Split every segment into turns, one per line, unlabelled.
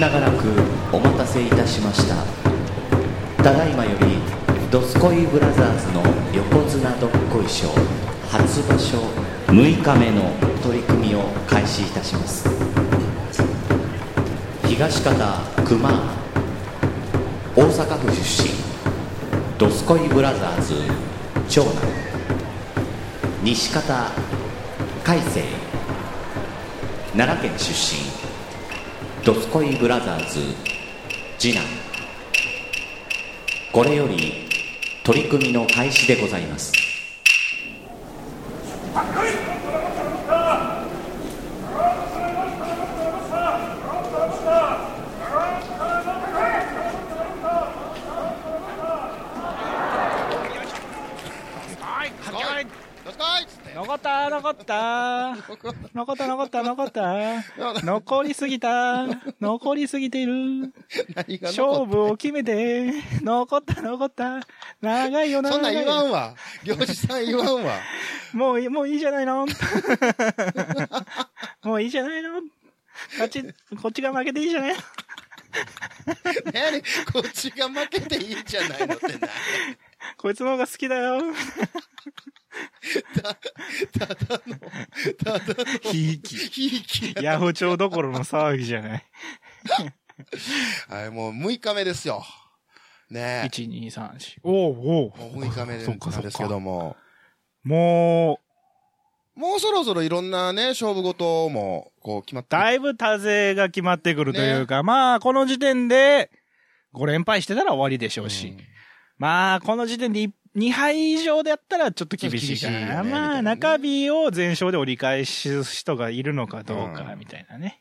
長らくお待たせいたしましたただいまより「どすこいブラザーズ」の横綱どっこい賞初場所6日目の取り組みを開始いたします東方熊大阪府出身どすこいブラザーズ長男西方海星奈良県出身ドスコイブラザーズ次男これより取り組みの開始でございます
残った残った残った残った残った残りすぎた残りすぎている
何が
勝
残っ
負を決めて残った残った長いよ
そんなん
長い
言わんわ。行司さん言わんわ。
もういい、もういいじゃない のもういいじゃないの勝ち、こっちが負けていいじゃないの
何こっちが負けていいんじゃないのってな。
こいつの方が好きだよ。
ただの、ただの、
ひいき。
ひいきや。
ヤフチョウどころの騒ぎじゃない。
はい、もう6日目ですよ。ね
1、2、3、4。おうおう
え。もう6日目で
そっか
な
そっか
んですけども。
もう、
もうそろそろいろんなね、勝負事も、こう決まって。
だいぶ多勢が決まってくるというか、まあ、この時点で、5連敗してたら終わりでしょうし。
うん
まあ、この時点で2敗以上でやったらちょっと厳しいか
ちょっと厳しい
な。まあ、
よねみたいなね
中日を全勝で折り返す人がいるのかどうか、みたいなね。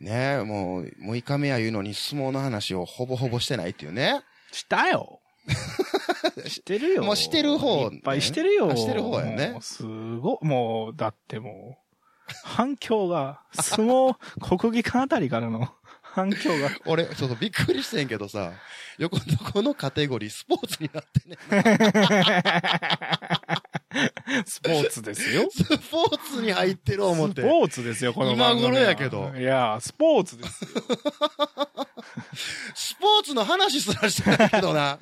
ねえ、もう6日目や言うのに相撲の話をほぼほぼしてないっていうね。
した よ。してるよ。
もうしてる方
いっぱいしてるよ。
あしてる方やね
もうすごい、もう、だってもう、反響が、相撲、 国技館あたりからの反響が。
俺、ちょっとびっくりしてんけどさ、横のこのカテゴリースポーツになってね。
スポーツですよ。
スポーツに入ってる思っ
ス
て。
ポーツですよ、この番組は
今頃やけど
いや、スポーツです。
スポーツの話すらしてないけど な。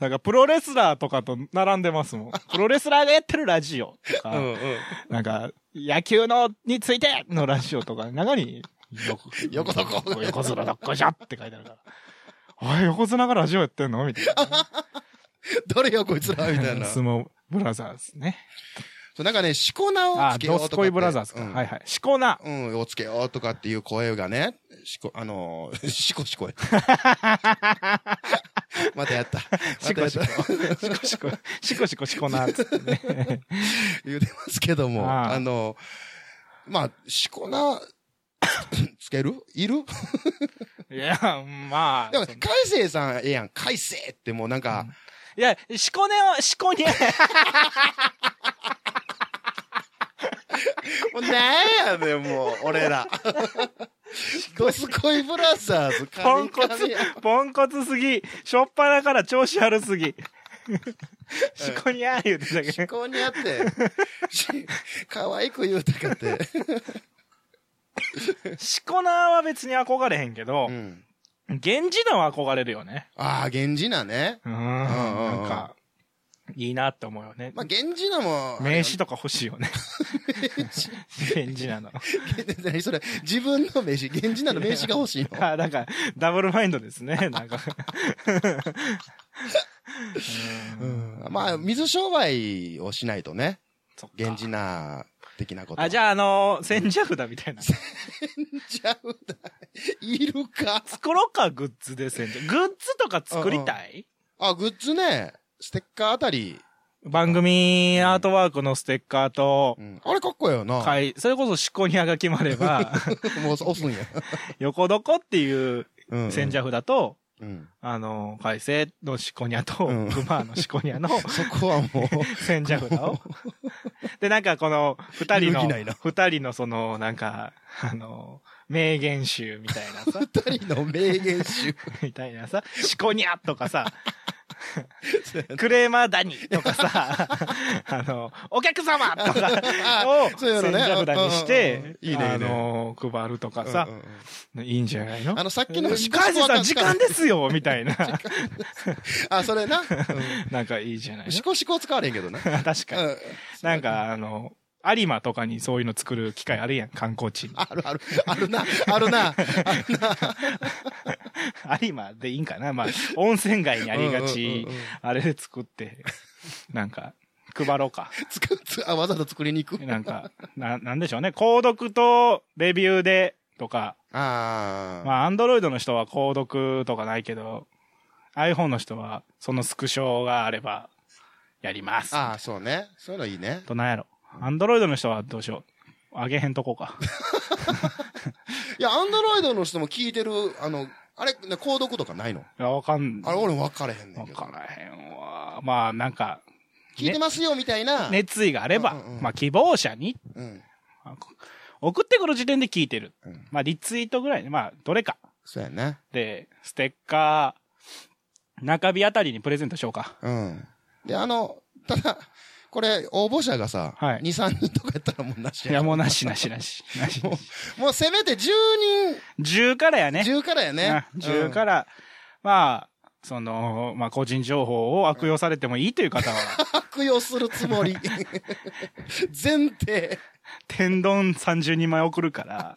なんか、プロレスラーとかと並んでますもん。プロレスラーがやってるラジオと
う
か、
んうん。
なんか、野球の、についてのラジオとか、中に、よく
横どこ
横綱どっこいしゃって書いてあるから。おい、横綱がラジオやってんのみたい
どれよ、こいつらみ たい
な。
な。
相
そ
撲ブラザーズね。
うなんかね、しこ名を
あ、
つけよう
ド
とかっ
ス
て。
コイブラザーズ
う
か。
ん
はいはい。しこな。
うん、をつけようとかっていう声がね、しこ、あの ーしこしこや。またやった。ま
した
や
こ
っ
したこ。しこしこ。しこしこしこな。つってね。
言うてますけども、
あ
あ
あ
のーまあ、しこ な、つけるいる
いや、まあ。
でも、
そんな
海星さんええやん。海星ってもうなんか、
いや、しこねを、しこに。
もうなんやねん、もう、俺 ら。ドスコイブラザーズ、
ポンコツ
カニカニや、
ポンコツすぎ。しょっぱなから調子悪すぎ。しこにゃー言うてたけど
し。こにあって、し可愛く言うたかって。
しこなは別に憧れへんけど
う、ん。
源氏のは憧れるよね。
ああ、源氏名ね。
うん。
んうん
なんか、いいなって思うよね。
まあ、源氏名も、
名刺とか欲しいよ ね。源氏なの。
何 それ、自分の名刺、源氏名の名刺が欲しいの。
あ、なんか、ダブルマインドです ね。なんか。う
うんん。まあ、水商売をしないとね、
そっか
源氏名的なこと。
あ、じ
ゃ
ゃあ、あの、千社札みたいな。
ちゃうだ。いるか。
作ろうか、グッズで千社。グッズとか作りたい
あ、グッズね、ステッカーあたり。
番組アートワークのステッカーと
う、ん。あれかっこええよな。
かい、それこそシコニアが決まれば、
もう押すんや。
横床っていう
うんうん
千社札と、
うん。
あの、海星のシコニアと、
うん
熊のシコニアの
そこはもう、
千社札を。 で、なんかこの、二人
揺る
の
ぎないな、
二人のその、なんか、あの、名言集みたいなさ、
二人の名言集。
みたいなさ、シコニアとかさ、クレーマーダニとかさ、あの、お客様とかを
そういうの
千
ね
社札にし
うんうん
て
うん、いいねいいね
あの、配るとかさ
うんう、んうん
いいんじゃないの
あの、さっきの
司会者さん時間ですよみたいな。
あ、それな。
なんかいいじゃない
シコシコ使われへんけどな。
の確か
う
に。
ん
なんかあの、有馬とかにそういうの作る機会あるやん、観光地に。
あるある。あるな。あるな。
有馬でいいんかなまあ、温泉街にありがち
うんうんうんうん、
あれで作って、なんか、配ろうか。
つくつあわざと作りに行く。
なんか、な、なんでしょうね。購読とレビューでとか、
ああ。
まあ、アンドロイドの人は購読とかないけど、iPhone の人はそのスクショがあれば、やります。
ああ、そうね。そういうのいいね。
と、なんやろ。アンドロイドの人はどうしよう。あげへんとこか。
いや、アンドロイドの人も聞いてる、あの、あれ、ね、購読とかないの
いやわかん、
あれ、俺分かれへんね
わ
んけど
か。らへんわ。まあ、なんか、
聞いてますよ、みたいな。
熱意があれば、
うんうんうん
まあ、希望者に、
うん。
あこ送ってくる時点で聞いてる。
うん
まあ、リツイートぐらいね。まあ、どれか。
そうやね。
で、ステッカー、中日あたりにプレゼントしようか。
うん。で、あの、ただ、これ、応募者がさ、
はい
2、3人とかやったらもうなし
いや、もうなしなしなし。なしなし
もうせめて10
10からや
人、
ね。
10からやね。
うん10から、まあ、その、まあ、個人情報を悪用されてもいいという 方は、
うん悪用するつもり。前提。
天丼32枚送るから、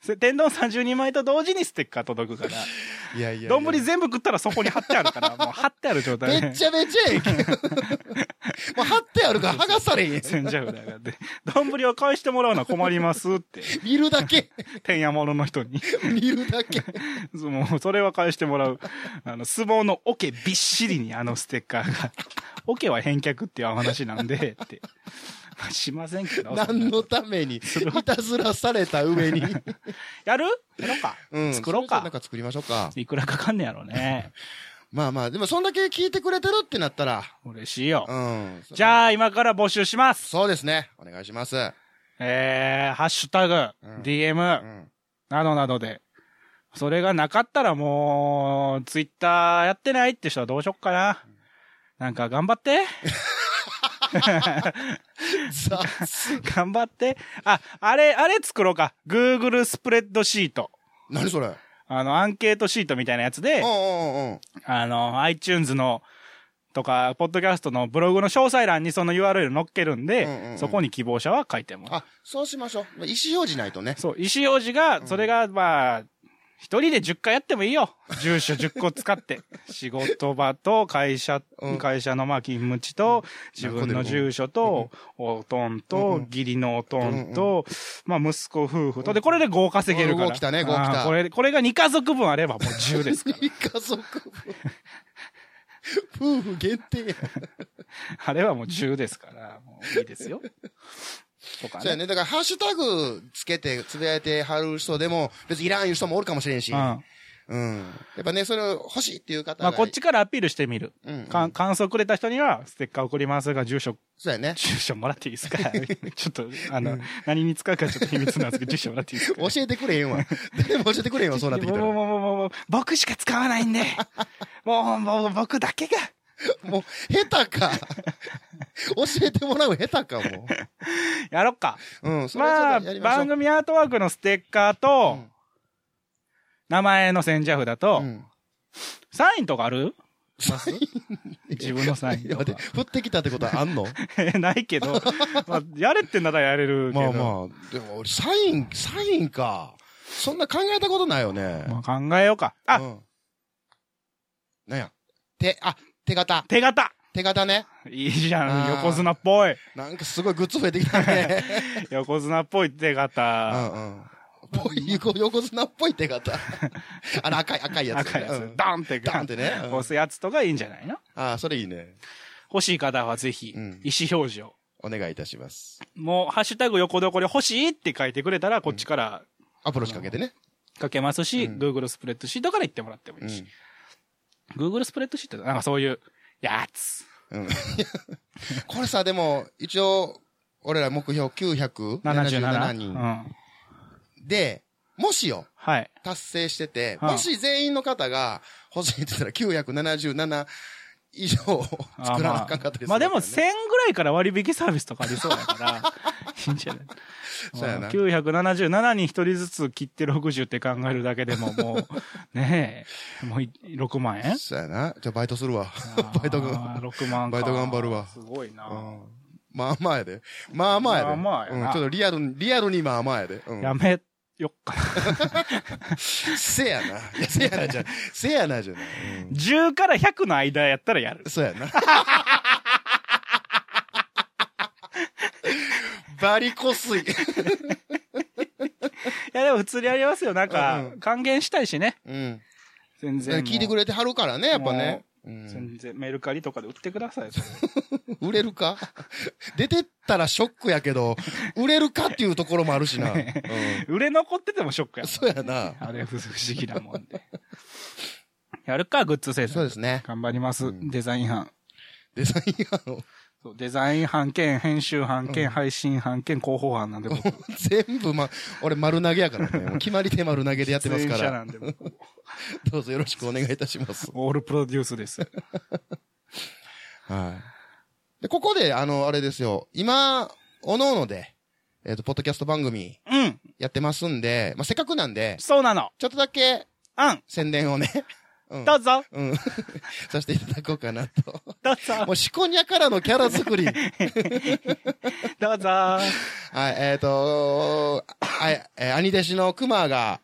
せ天丼32枚と同時にステッカー届くから、
いやいや
丼全部食ったらそこに貼ってある から、もう貼ってある状態
めっ
で。
ちゃめちゃええけどもう貼ってあるから剥がされへん。
千社札があって。丼を返してもらうのは困りますって。
見るだけ。
天や物の人に。
見るだけ。
そうもうそれは返してもらう。あの、相撲の桶びっしりにあのステッカーが。 桶は返却っていうお話なんで、って。まあ、しませんけど。
何のために、いたずらされた上に。
やるやろうか。
うん
作ろう
それじゃあな
か
ん。か作りましょうか。
いくらかかんねやろうね。
まあまあ、でもそんだけ聞いてくれてるってなったら、
嬉しいよ。
うん。
じゃあ、今から募集します。
そうですね。お願いします。う
えー、ハッシュタグ、
うん
DM、
ん。
などなどで。それがなかったらもう、ツイッターやってないって人はどうしよっかな。なんか頑張って。
さあ、
頑張って。あ、あれ、あれ作ろうか。Google スプレッドシート。
何それうん
あの、アンケートシートみたいなやつで
う、んうんうん。
あの、iTunes の、とか、ポッドキャストのブログの詳細欄にその URL 載っけるんで、
うんうんうん
そこに希望者は書いてもらう。
あ、そうしましょう。まあ意思表示ないとね。
そう、石王子が、それが、まあ、一人で10回やってもいいよ。住所10個使って。 仕事場と会社、
うん
会社のまあ勤務地と、自分の住所と、おとん
うんう
と、
ん
義理のおとんと、まあ息子夫婦と、で、これで5稼げるから。
おー5来たね5来た
あーこれ、これが2家族分あればもう10ですか
いい家族分。夫婦限定や。
ら。 あれはもう10ですから、もういいですよ。とか
そうや
ね。
ね。だから、ハッシュタグつけて、つぶやいてはる人でも、別にいらんいう人もおるかもしれんし。
うん。
うん。
ま
やっぱね、それを欲しいっていう方が。
あこっちからアピールしてみる。
うんうん
か感想くれた人には、ステッカー送りますが、住所
そうやね。
住所もらっていいです かちょっと、あの、何に使うかちょっと秘密なんですけど、住所もらっていいですか
教えてくれへんわ。誰も教えてくれへんわ、そうなってきたら。
もう
も
もうもうもうもう、僕しか使わないんで、もう、もう、僕だけが、
う、下手か。教えてもらう下手か、も
やろっか。
う。うん、それち
ま
ょ
あ、
っとやりましょう。
番組アートワークのステッカーと、
うん
名前の千社札と、
うん
サインとかある 自分のサイン
いや
と
待
か
って。降ってきたってことは あんの
ないけど、まあ、やれってならやれるけ
ま
ど。
あまあ、でも俺、サイン、サインか。そんな考えたことないよね。
まあ考えようか。あ、
うんなんや。手、あ、手形。
手形
手形ね。
いいじゃん、
あー
横綱っぽい。
なんかすごいグッズ増えてきたね。
横綱っぽい手
う
形。
んうん。ぽい、横 横綱っぽい手形。あの赤い、赤いやつ、
赤いや
う
つ
ん。
ダンって
ダンってねうん
押すやつとかいいんじゃないの
ああ、それいいね。
欲しい方はぜひ、意
う
思
ん
表示を。
お願いいたします。
もう、ハッシュタグ横どこで欲しいって書いてくれたら、こっちから
アプローチかけてね。
書けますし、
うん
Google スプレッドシートから言ってもらってもいいし。Google スプレッドシートなんかそういう、やつ。
うん。うん、 これさ、でも、一応、俺ら目標977
77
人。
うん。
で、もしよ、
はい。
達成してて、
はあ
もし全員の方が欲しいって言ったら977以上作らなあかんかったりする
まあでも
から
1000
ね
ぐらいから割引サービスとかありそうだ から、いいんじゃない
そうやな
まあ977人一人ずつ切って60って考えるだけでももう、ねえ、もうい6万円
そうやな。じゃあバイトするわ。 バイトが。
6万か
バイト頑張るわ
すごいな。
うんまあまあやで。まあまあやで。
まあまあやな
うん、ちょっとリアルに、リアルにまあまあやで。うん。
やめよっかな。
せやな。いや、せやなじゃない、せやなじゃない。うん
10から100の間やったら やる。
そうやな。バリこすい。
いやでも普通にありますよ。なんか
う、
還元したいしね。
うん。
全然もう。
聞いてく
れ。
れてはるからね、やっぱね。うん、
全然メルカリとかで売ってください。それ
売れるか出てったらショックやけど、売れるかっていうところもあ るしな。うん、
売れ残っててもショックやもん
そうやな。
あれ不思議なもんで。 やるか、グッズ制
そ
作。
うですね。
頑張ります、
うん
デザイン班。
デザイン派の
そうデザイン班兼編集班兼配信班兼広報班なん で僕、
全部ま、俺丸投げ やからね。もう決まり手丸投げでやってますか
出演者な
ら。
んで僕
どうぞよろしくお願いいた します。
オールプロデュースです。
はい。で、ここで、あの、あれですよ。今、おのので、えっ、と、ポッドキャスト番組
うん、
やってますんで、まあ、せっかくなんで、
そうなの。
ちょっとだけ
うん、
宣伝をね。うん
どうぞ、
うん。させていただこうかな と。
どうぞ
も、う、シコニャからのキャラ作り。はい、
どうぞ。
えっ、と、はい、えー兄弟子のクマが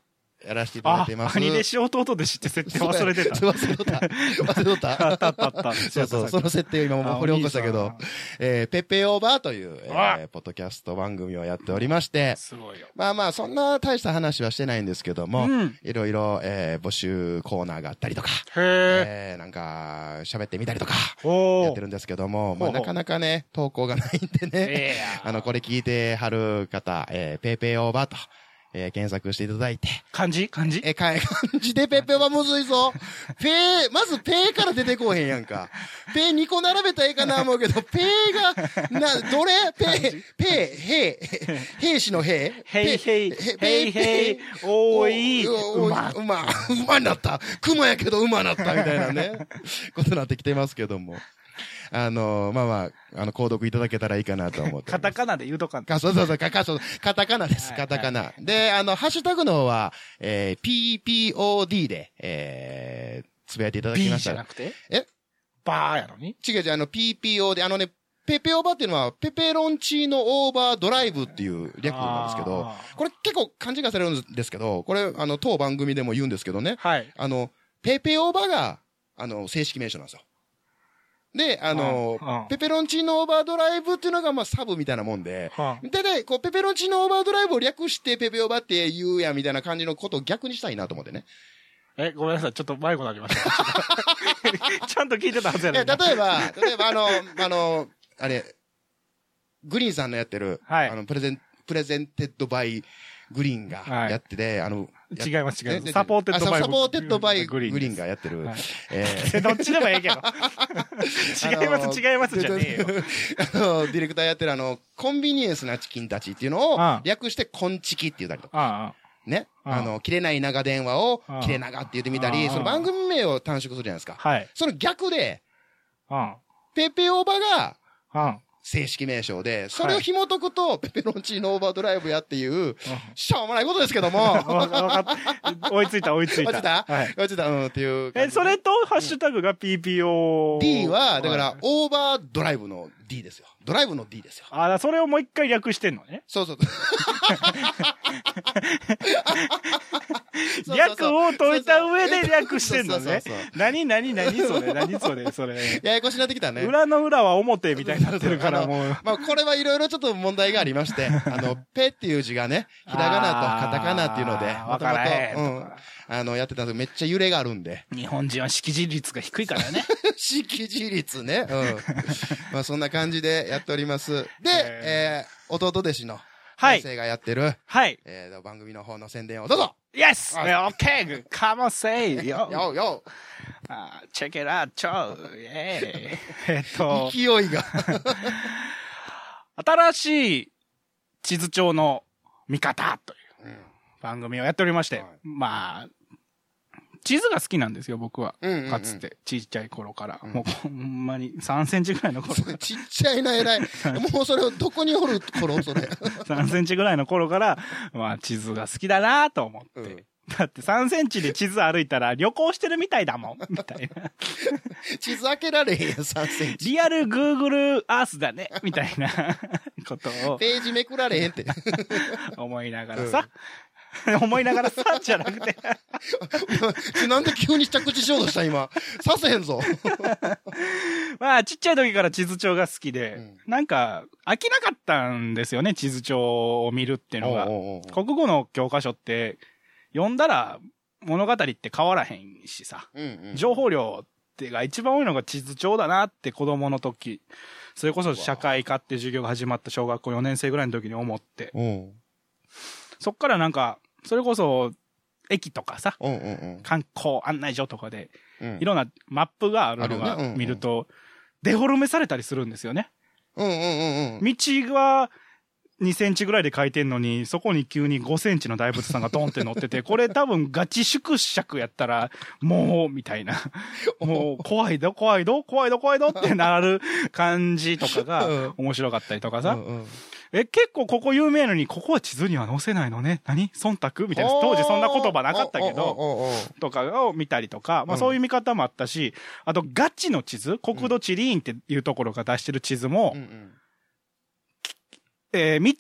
やらせていただい
あ
てま、す。
兄弟子弟弟子って設定忘れてた。
忘れとった。忘れとっ。
あったたあったあった。
そうそう、その設定を今もう掘り起こしたけ
あお
ど
兄、
えー、ペペオーバーという、え
わ
ー、ポッドキャスト番組をやっておりまして、
すごいよ。
まあまあ、そんな大した話はしてないんですけども、
うん
いろいろ、えー募集コーナーがあったりとか、
へえ。
えー、なんか、喋ってみたりとか、や
お
ってる
ー。
んですけど
ほ
も、
うほ
まあ、
う
なかなかね、投稿がないんでね、
ええやん
あの、これ聞いてはる方、えー、ペペオーバーと、えー、検索していただいて、
漢字漢字
え、かえ、 漢字でペペはむずいぞ。ペー、まずペーから出てこうへんやんか。ペー2個並べたらええかな思うけど、ペーが、な、どれペー、ペー、兵、兵士の兵
へいへい、へいへい、
お
おーい、
お
うま。
うま、うまになった。熊やけどうまなったみたいなね、ことになってきてますけども。あの、まあまあ、あの、購読いただけたらいいかなと 思って。
カタカナで言うとかんと
か、そうそうそう、か、か、そう、カタカナです、
はい
カタカナ。で、あの、ハッシュタグの方は、えー、PPOD で、えー、つぶやいていただき
B
まし
じ
た
ゃな
ら。
くて
え
バーやのに
違う違う、あの、PPO で、あのね、ペペオーバーっていうのは、ペペロンチーノオーバードライブっていう略なんですけど
あ、ー
これ結構勘違いされるんですけど、これ、あの、当番組でも言うんですけどね、
はい。
あの、ペペオーバーが、あの、正式名称なんですよ。で、あの
うんうん、
ペペロンチーノオーバードライブっていうのが、まあ、サブみたいなもんで、
は
大体、こう、ペペロンチーノオーバードライブを略して、ペペオバって言うやんみたいな感じのことを逆にしたいなと思ってね。
え、ごめんなさい。ちょっと迷子になりま した。ちゃんと聞いてたはずや
え、例
ね
え
んな
ば、例えば、あの、 あの、あれ、グリーンさんのやってる、
はい
あの、プレゼン、プレゼンテッドバイグリーンが
はい
やってて、あの、や
違います、違いま
え
す。サポーテッドバイ
あサポーテッドバイグリーン
です
がやってる。
はい
えー
えどっちでもええけ ど。違います、違いますじゃねえよ。
あの、ディレクターやってるあの、コンビニエンスなチキンたちっていうのを
ああ、
略してコンチキって言ったりとか、
あ
ね。
ああ
あの、切れない長電話を
ああ、
切れ長って言ってみたり、
ああ
その番組名を短縮するじゃないです
あ、
か。
はい。
その逆で、
うん、
ペペオーバが
うん。
正式名称で、それを紐解くと、ペペロンチーノオーバードライブやっていう、しょうもないことですけ ども、
わわかった追いついた、追いつい
落ちた
た。はい。
落ちた、うん、っていう感
え、
じで。
それと、ハッシュタグが PPO。
D は、だか
はい
ら、オーバードライブの D ですよ。ドライブの D ですよ。
あ、それをもう一回略してんのね。
そうそう。そうそうそう
略を解いた上で略してんの
そう
ね
そうそうそ。
何、何、何それ、何それ、それ。
ややこしになってきたね。
裏の裏は表みたいになってるから、もう。
まあ、これはいろいろちょっと問題がありまして、あの、ペっていう字がね、ひらがなとカタカナっていうので、
あーわからへん
元々うん。あの、やってたんですけど、めっちゃ揺れがあるんで。
日本人は識字率が低いからね。
識字率ね。うん。まあ、そんな感じでやっております。で、えー、弟弟子の、
はい
先生がやってる、
はい。
えー、番組の方の宣伝をどうぞ
Yes!
あ
Okay! Come on, say! Yo!
ようよ
Ah, Check it out, Joe! Yeah. えっ
う
と、
勢いが。
新しい地図帳の見方という
うん
番組をやっておりまして、
はい
まあ、地図が好きなんですよ、僕は。
うんうんうん
かつて、ちっちゃい頃から。もうほんまに3センチぐらいの 頃から、
ちっちゃいな、偉い。もうそれをどこにおる頃、それ。
3センチぐらいの頃から、まあ地図が好きだなと思って。
うん
だって3センチで地図歩いたら旅行してるみたいだ もん、みたいな。
地図開けられへんやん、3センチ。
リアル Google Earth だね、みたいなことを
ページめくられへんって。
思いながらさ、 思いながらさ、じゃなくて、
なんで急に着地しようとした、今。させへ んぞ。
まあちっちゃい時から地図帳が好きで、
うん
なんか飽きなかったんですよね、地図帳を見るっていうのが。
おうおうおう
国語の教科書って、読んだら物語って変わらへんしさ、
うんうん
情報量ってが一番多いのが地図帳だなって子供の時、それこそ社会科って授業が始まった小学校4年生ぐらいの時に思って、
おう
そっからなんか、それこそ駅とかさ、
おうおう
観光案内所とかで、
おう
いろんなマップがあるの
あるよねうんう
が
ん
見ると、デフォルメされたりするんですよね。
うんうんうんうん。
道は2センチぐらいで書いてんのに、そこに急に5センチの大仏さんがドンって乗ってて、これ多分ガチ縮尺やったら、もう、みたい な。もう、怖いど、怖いど、怖いど、怖いどってなる感じとか
うん
が面白かったりとかさ。
うんうん
え、結構ここ有名なのに、ここは地図には載せないのね何忖度みたいな。
おう
当時そんな言葉なかったけど。
おうおうおうおう
とかを見たりとか、まあ
うん
そういう見方もあったし、あとガチの地図、国土地理院っていうところが出してる地図も、
うんうん
えー道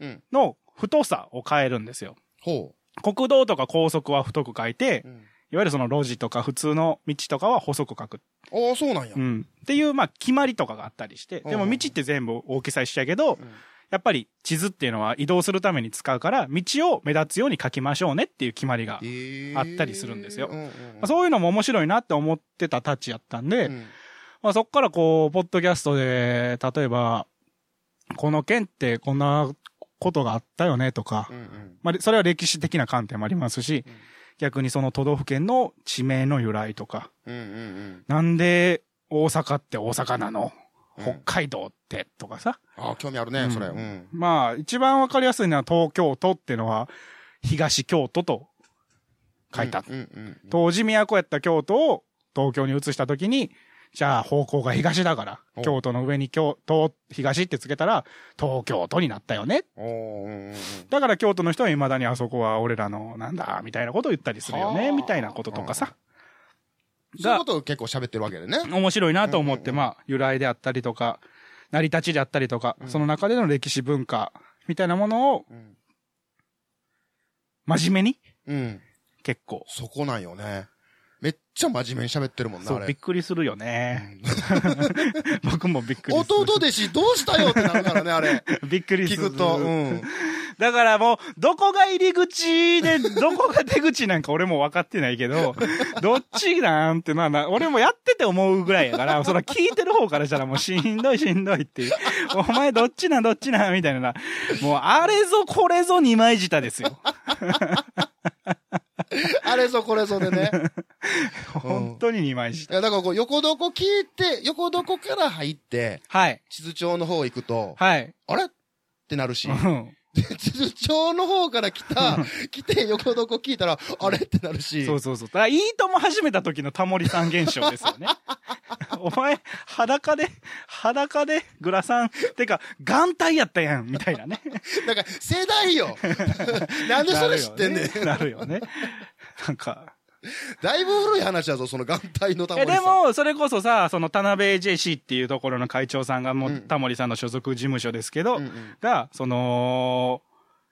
うん。
の太さを変えるんですよ。
ほ
国道とか高速は太く書いて
う。う、ん
いわゆるその路地とか普通の道とかは細く書く。
ああ、そうなんや
う。ん。っていう、まあ決まりとかがあったりして、で
う
も
んうん
道って全部大きさ一緒やけど
ん、
やっぱり地図っていうのは移動するために使うから、道を目立つように書きましょうねっていう決まりが。あったりするんですよ
ううん
まあそういうのも面白いなって思ってたたちやったんで、
うん
まあ、そっからこう、ポッドキャストで、例えば、この県ってこんなことがあったよねとか
う、んうん
まあ、それは歴史的な観点もありますし、逆にその都道府県の地名の由来とか、
うんうん
なんで大阪って大阪なの
うん
北海道ってとかさ。
ああ、興味あるね、それ。
う
うん。
まあ、一番わかりやすいのは東京都ってのは、東京都と書いた。
うんうん
当時都やった京都を東京に移した時に、じゃあ方向が東だから
お、
京都の上に京都、東ってつけたら、東京都になったよね。
うん。おーうんうんうん。
だから京都の人は未だにあそこは俺らのなんだ、みたいなことを言ったりするよ
はあ
ね、みたいなこととかさ。
そうい
が
うこ、とを結構喋ってるわけでね。
面白いなと思っ
うんうん
て、
うん
まあ、由来であったりとか、成り立ちであったりとか、その中での歴史文化、みたいなものを
うん
真面目に、
うん。
結構。
そこなんよね。めっちゃ真面目に喋ってるもんな、
そ
あ
う、びっ
れ。
くりするよね。 僕もびっくりする。
弟弟子どうしたよってなるからね、あれ。
びっくりす
聞
る。
くと。うん。
だからもう、どこが入り口で、どこが出口なんか俺も分かってないけど、どっちなんてまあな、俺もやってて思うぐらいやから、そら聞いてる方からしたらもうしんどいしんどいっていう。お前どっちなんどっちなんみたいな。もうあれぞこれぞ二枚舌ですよ。
あれぞこれぞ でね。
本当に二枚舌。
いや、だからこう、横どこ聞いて、横どこから入って、
はい。
地図帳の方行くと、
はい。
あれってなるし
う。ん。
地図帳の方から来た、来て横どこ聞いたら、あれってなるし。
そうそうそう。だから、いいとも始めた時のタモリさん現象ですよね。お前、裸で、裸で、グラさん、てか、眼帯やったやん、みたいなね。
だから、世代よ なんでそれ知ってんねん。
なるよね。なるよねなんか。
だいぶ古い話やぞ、その眼帯のタモ
え、
リさん。
でも、それこそさ、その田辺 AJC っていうところの会長さんが、も
うん
うタモリさんの所属事務所ですけど、
うんうん
が、その、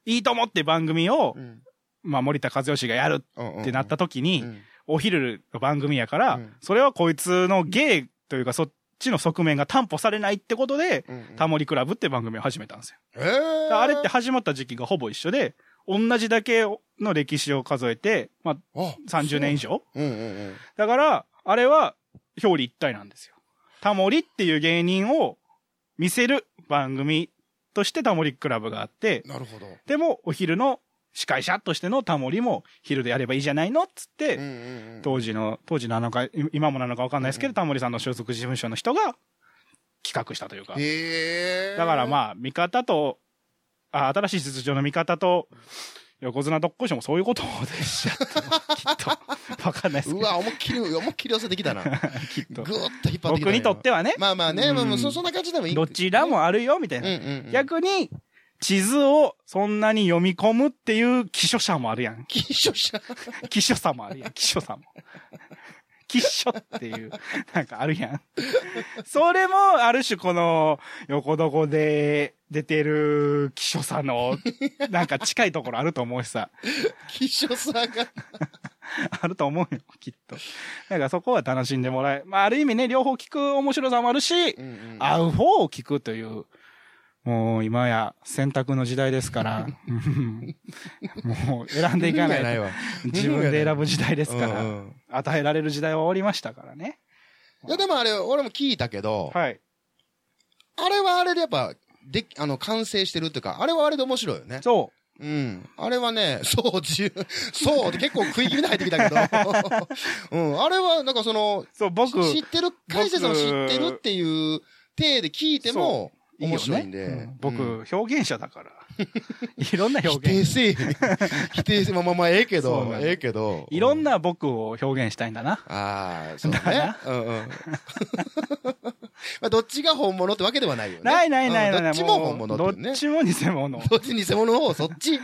いいともって番組を、
うん
まあ、森田和義がやる
うんうん、
ってなった時に、
うん
お昼の番組やから、
うん
それはこいつの芸というか、そっちの側面が担保されないってことで、
うんうん
タモリクラブって番組を始めたんですよ。
えー、
あれって始まった時期がほぼ一緒で、同じだけの歴史を数えて、まあ、
あ
30年以上
うんうんうん。
だから、あれは表裏一体なんですよ。タモリっていう芸人を見せる番組としてタモリクラブがあって、
なるほど。
でもお昼の司会者としてのタモリも昼でやればいいじゃないのっつって、
うんうんうん。
当時の、当時なのか、い今もなのかわかんないですけど、タモリさんの所属事務所の人が企画したというか。
へえー。
だからまあ、見方と、あ新しい出場の見方と、横綱どっこいしょもそういうことでしちゃった。きっと。わかんないですけ
う
ど。
わ、思いっきり、思いっきり寄せて きたな。
きっ
ぐ
と
ーっ。と引っ張ってきた。
僕にとっ。てはね、
まあまあね、
うん
まあまあそそんな感じでもいい。
どちらもあるよ、みたい
うんう
な。
んうん。
逆に、地図をそんなに読み込むっていう希少者もあるやん。
金書者。
希少さもあるやん、希少さも。 希少っていう、なんかあるやん。 それも、ある種この、横床で出てる希少さの、なんか近いところあると思うしさ。
金書さが。
あると思うよ、きっと。なんかそこは楽しんでもらえ。まあ、ある意味ね、両方聞く面白さもあるし
う、んうん。
合う方を聞くという、もう今や選択の時代です から、 うんもう選んでいか
意味が
な
ない
い
わ。
と。自分で選ぶ時代で
です
から、与えられる時代は終わりましたからね。
いや、でもあれ、俺も聞いたけど、
はい。
あれはあれでやっぱ、で、あの、完成してるっていうか、あれはあれで面白いよね。
そ
うん。あれはね、そう、自由、そうって結構食い気味で入ってきたけ ど、うん。あれは、なんかその、
う。そう、僕、
知ってる、解説の知ってるっていう体で聞いても、
いいよね
面白いんで。
うん
うん、
僕、表現者だ から。いろんな
否
表
定
現。
せえへん。否定せえ、まあまあまあ、ええけ
そう
ど
な、の
ええけど。
いろん。な僕を表現したいんだな。
ああ、そうね。うん うん。まあ、どっちが本物ってわけではないよね。
ないないないない
うん
ない。
どっちも
う
本物っていう
ど
ね
っ。ちも偽物。
どっち偽物の方、そっち。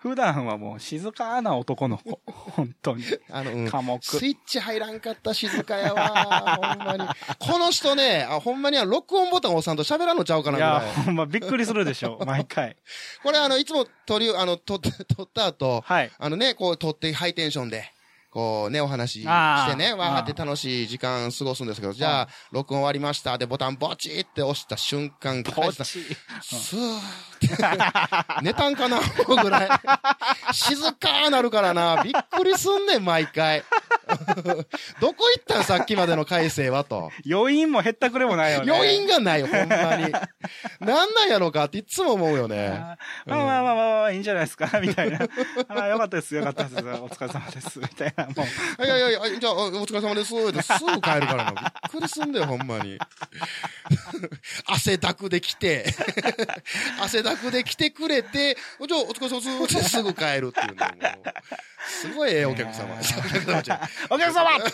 普段はもう静かな男の子。本当に。
あの、うん。
寡黙。
スイッチ入らんかった静かやわ。ほんまに。この人ね、あ、ほんまにあの、録音ボタン押さんと喋らんのちゃうかないぐら
や、
い。
ほんまびっくりするでし ょ、毎回。
これあの、いつも撮り、あの、 撮って、撮った後、
はい。
あのね、こう撮ってハイテンションで、こうね、お話し
あー
してね、わーって楽しい時間過ごすんですけど、じゃあ、録音終わりました。で、ボタンボチって押した瞬間、
ポ
カイ
チ。
さん スーって、寝たんかなぐらい。静かーなるからな。びっくりすんねん、毎回。 どこ行ったんさっきまでの改正はと。
余韻も減ったくれもないよね。
余韻がない、ほんまに。なんなんやろうかっていつも思うよね。
あーまあまあまあまあまあ、いいんじゃないです か、みたいな。ああ、よかったです、よかったです。お疲れ様です、みたいな。もう、
いやいやいや、じゃあ、お疲れ様です。ってすぐ帰るからな。びっくりすんだよ、ほんまに。 汗だくで来て、 汗だくで来てくれて、じゃあ、お疲れ様です。ってすぐ帰るっていうのもうすごいええお客様。 お客様じゃん。ね
お客様いや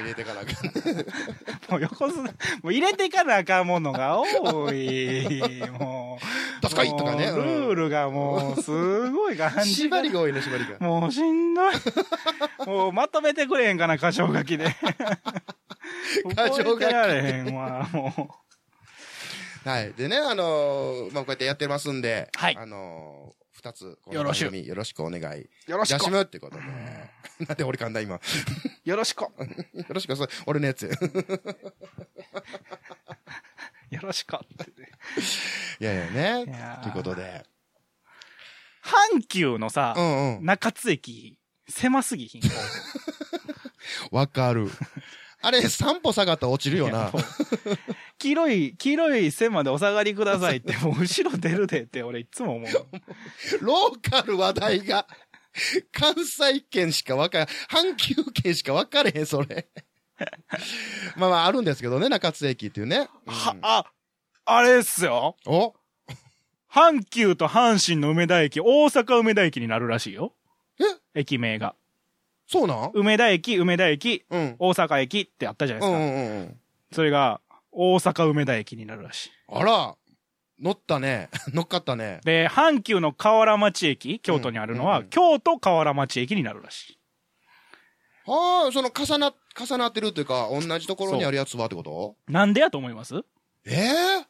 入れてからあかん
ー もう横綱、もう入れていかなあかんものが多い。もう。
確かにとかね
もうルールがもう、すごい感じが
縛りが多いね、縛りが。
もうしん どい。もうまとめてくれへんかな、箇条書きで。
箇条書き
覚えてられへんわ、も
はい。でね、あのーまあ、こうやってやってますんで、
はい
あのー二つ、こ
よろ
の番
しゅ
組よろしくお願い。よ
う。よろしく。
むってことね。 なんで俺噛んだ今。よ
よろしく。よ
ろしく、それ俺のやつ。
ろしくってね。
いやいや
いや
ね
ー。
ということで。
阪急の
う
さ、
んうん。
中津駅、狭す ぎひん。
わかる。あれ、三歩下がったら落ちるよな。
黄色い、黄色い線までお下がりくださいって、もう後ろ出るでって俺いつも思う。
ローカル話題が。関西圏しかわか阪急圏しか分かれへん、それ。まあまあ、あるんですけどね、中津駅っていうね。うん
は、あ、あれっすよ。
お
阪急と阪神の梅田駅、大阪梅田駅になるらしいよ。駅名が。
そうなん
梅田駅、梅田駅、
うん。
大阪駅ってあったじゃな
う
い
ん
ですか。
うんうんうん。
それが、大阪梅田駅になるらしい。
あら、乗ったね。 乗っかったね。
で、阪急の河原町駅、京都にあるのは、
うんうん
京都河原町駅になるらしい。
はあ、その重な、重なってるというか、同じところにあるやつはってこと
なんでやと思います
ええ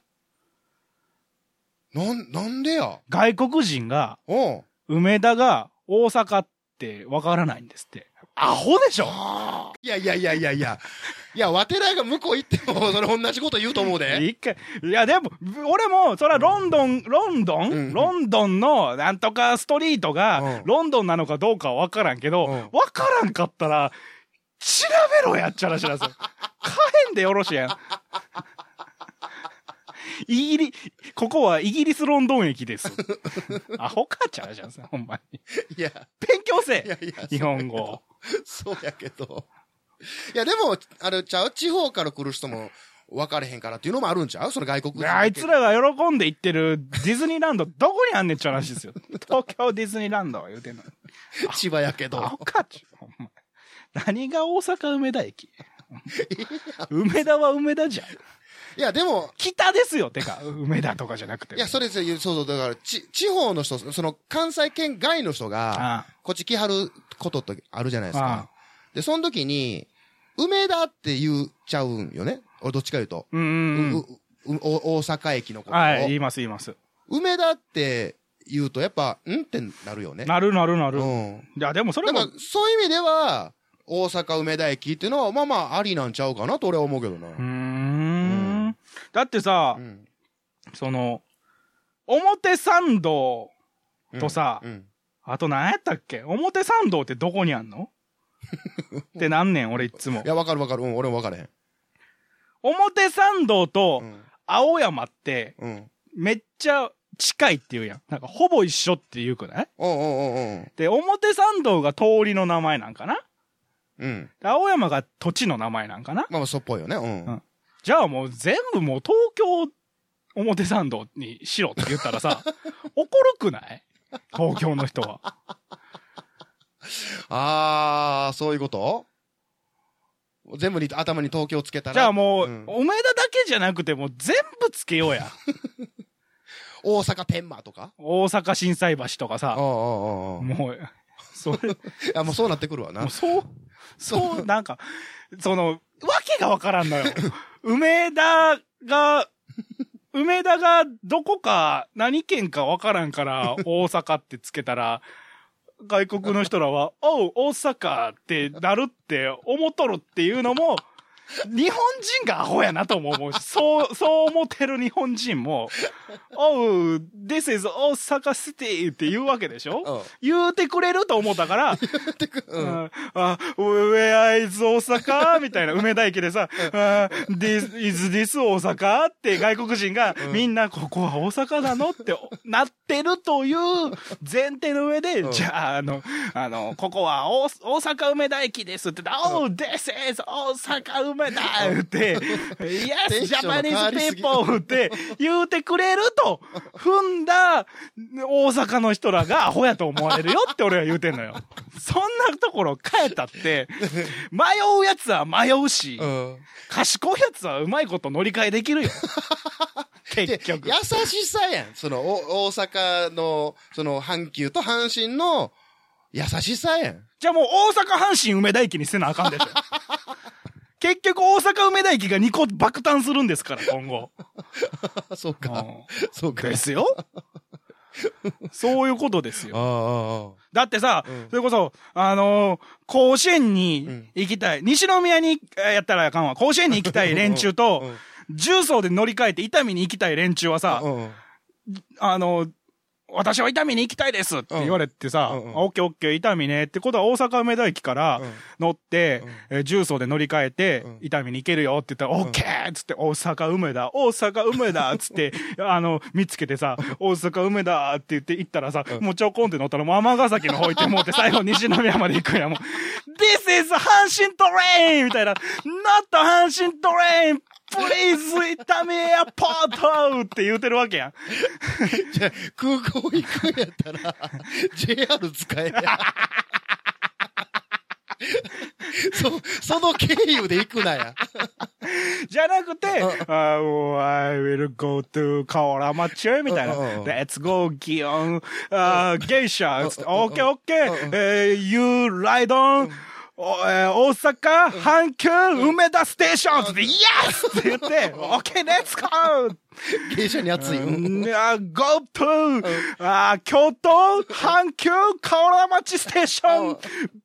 なん、なんでや
外国人が、
うん。
梅田が大阪ってわからないんですって。アホでしょ
いやいやいやいやいや。いや、ワテラが向こう行っても、それ同じこと言うと思うで。
一回、いやでも、俺も、そらロンドン、ロンドン、
うん
ロンドンのなんとかストリートが
うん、
ロンドンなのかどうかはわからんけど、
うん
わからんかったら、調べろやっちゃらしらす。 かへんでよろしいやん。イギリ、ここはイギリスロンドン駅 です。アホかっちゃらじゃんさ、ほんまに。
いや、
勉強せ
いや
え
いや、
日本語。
そうやけど。いや、でも、あれちゃう地方から来る人も、分かれへんからっていうのもあるんちゃうそれ外国人だけ
あいつらが喜んで行ってるディズニーランド、どこにあんねんっちゅう話 ですよ。東京ディズニーランドは言うてんの。
千葉やけど。
バカっちゅうほんま何が大阪梅田駅梅田は梅田じゃん。
いや、でも、
北ですよ、てか。梅田とかじゃなくて。
いや、それ、そうそう、だから、ち、地方の人、その、関西圏外の人が、
あ
こっち来はることってあるじゃないです
あ
か
あ。
で、その時に、梅田って言っちゃうんよね。俺どっちか言うと。
うんうん
う
う。
うんお大阪駅のことを。
はい、言います、言います。
梅田って言うと、やっぱ、んってなるよね。
なるなるな
う
る。い
ん。
や、でもそれ
だ
も
から、、そういう意味では、大阪梅田駅っていうのは、まあまあ、ありなんちゃうかなと俺は思うけどな。
うーん。だってさ
う、ん
その、表参道、
うん
とさ
うん
あと何やったっけ表参道ってどこにあん のってなんねん、俺いっつも
い。や、わかるわかる。うん、俺もわからへん。
表参道と
うん
青山って、
うん。
めっちゃ近いって言うやん。なんかほぼ一緒って言うくない
おうんうんうん
で、表参道が通りの名前なんかな
うん。うん。
で青山が土地の名前なんかな
まあまあ、そうっぽいよね。うん。
うんじゃあもう全部もう東京表参道にしろって言ったら さ、怒るくない東京の人は。
あー、そういうこと全部に頭に東京つけたら。
じゃあもう、
ん
梅田だけじゃなくてもう全部つけようや。
大阪ペンマとか
大阪震災橋とか
ああ、
さ、
ああ、あ
もう、それ、
あ。いや、もうそうなってくるわな
もう。そう、そう、なんか、その、わけがわからんのよ。梅田が、梅田がどこか何県かわからんから、大阪ってつけたら、外国の人らは、おう、大阪ってなるって思っとるっていうのも、日本人がアホやなとも思うし、そう、そう思ってる日本人も、おう、this is 大阪 city って言うわけでしょ
うん
言うてくれると思った から、
うん。
ああ、Where is 大 阪みたいな、梅田駅でさ、あ This is this 大阪って外国人が、
うん
みんなここは大阪なのってなってるという前提の上で、
うん
じゃあ、あの、あの、ここは大大阪梅田駅ですって、Oh, this is 大阪梅田って、
テ
Yes,
ンションの変わ
Japanese
りすぎ
people って言うてくれると踏んだ大阪の人らがアホやと思われるよって俺は言うてんのよ。そんなところ変えたって、迷うやつは迷うし、
うん。
賢いやつはうまいこと乗り換えできるよ。結
で、
局。
優しさやん。その、お大阪の、その、阪急と阪神の、優しさやん。
じゃあもう大阪阪神梅田駅にせなあかんでしょ。結局大阪梅田駅が2個爆誕するんですから、今 後。
あ そう
う
か。
ん
そうか。
ですよ。そういうことですよ
あ。あ、ああ。
だってさ、
うん
それこそ、あのー甲子園
う
に
ん
行きたい、西宮に、えーやったらあかんわ。甲子園に行きたい連中と、重曹で乗り換えて伊丹に行きたい連中はさ、
うんうん。
あのー私は伊丹に行きたいですって言われてさ、
うんうんうん
あオッケーオッケー、伊丹ねってことは大阪梅田駅から
うん
乗って、えー重曹で乗り換えて、
うん
伊丹に行けるよって言ったら、オッケーっつって、大阪梅田、大阪梅田っつ って、あの、見つけてさ、大阪梅田って言って行ったらさ、もうちょこんって乗ったら、もう尼崎の方行ってもうて、最後西宮まで行くんや、もう。This is 阪神トレインみたいな、Not 阪神トレイン Please 伊丹エアポートって言うてるわけやん。
じゃあ空港行くんやったら、JR 使えや。 そ、その経由で行くなや。
じゃなくて、あもう I will go to 河原町みたいな
うんうんうん。
Let's go, 祇園、あーゲイシ ャ、つって、OK, OK, えー you ride on, おえー大阪、阪急、梅田ステーションつって、Yes! って言 って、OK, let's go!
芸者に熱い。うん
うんあ go to, あー京都、阪急、河原町ステーション、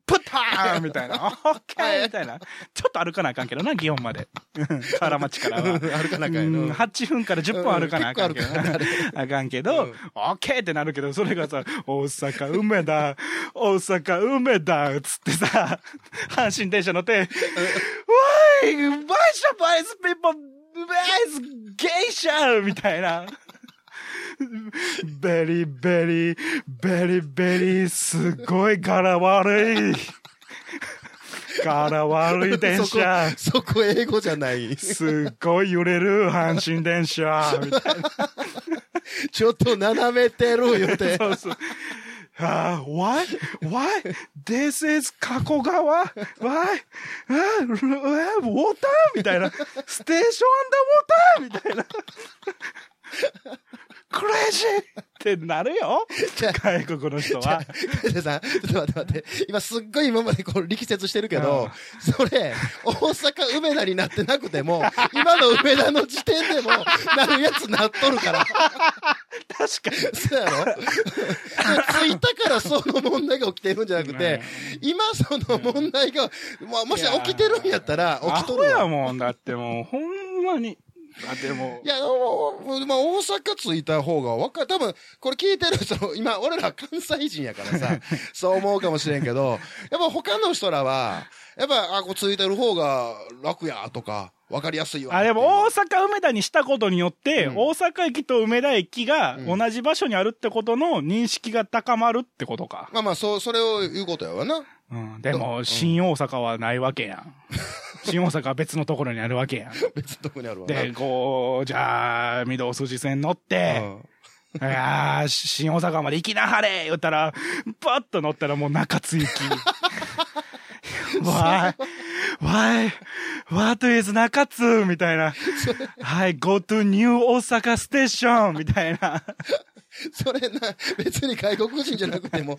プターンみたいな、OK! みたいな。ちょっと歩かなあかんけどな、祇園まで。河原町からは。
歩かなあかん
う
やな
ん8分から10分歩かなあかんけど
うん結構歩かなあかんね
あかんけど、オッケーってなるけど、それがさ、大阪梅田、大阪梅田、つってさ、阪神電車乗って、Why? Why Japanese people? Why is ゲイシャみたいな。 ベリベリ、 ベリベリ、すごい柄悪い。から悪い電
そこ
車。、
そこ英語じゃ ない。
すっごい揺れる阪神電車。みたい
ちょっと斜めてる言う
な。
て。
そうそうああ、why? Why? This is 加古川 ?Why? ああ、ウォーターみたいな。ステーションアンダーウォーターみたいな。クレイジーってなるよ
じゃ
外国の人は。
ペテさん、ちょっと待って待って。今すっごい今までこう力説してるけど、それ、大阪梅田になってなくても、今の梅田の時点でも、なるやつなっとるから。
確かに。
そうやろで着いたからその問題が起きてるんじゃなくて、今その問題が、まあ、もし起きてるんやったら、
ア
起きと
ホ
る
や
わ。
もん。だってもう、ほんまに。あ、でも
い。や、おおまあ、大阪着いた方がわか多分、これ聞いてる人、 今、俺ら関西人やか らさ、そう思うかもしれんけど、やっぱ他の人らは、やっぱ、あ、こう着いてる方が楽や、とか、わかりやすいわ。
あ、でも
っ
大阪梅田にしたことによって、
うん
大阪駅と梅田駅が
うん
同じ場所にあるってことの認識が高まるってことか
て。まあまあ、そう、それを言うことやわな。
うん。で
う
も、
ん
新大阪はないわけや ん。新大阪は別のところにあるわけやん。
別のとこにあるわな。
で、こう、じゃあ、御堂筋線乗っ
う
て、
ん
いやー、新大阪まで行きなはれ言ったら、パッと乗ったらもう中津行き。わい、わい、what is 中津みたいな。はい、go to new 大阪 station! みたいな。
それな、別に外国人じゃなくても、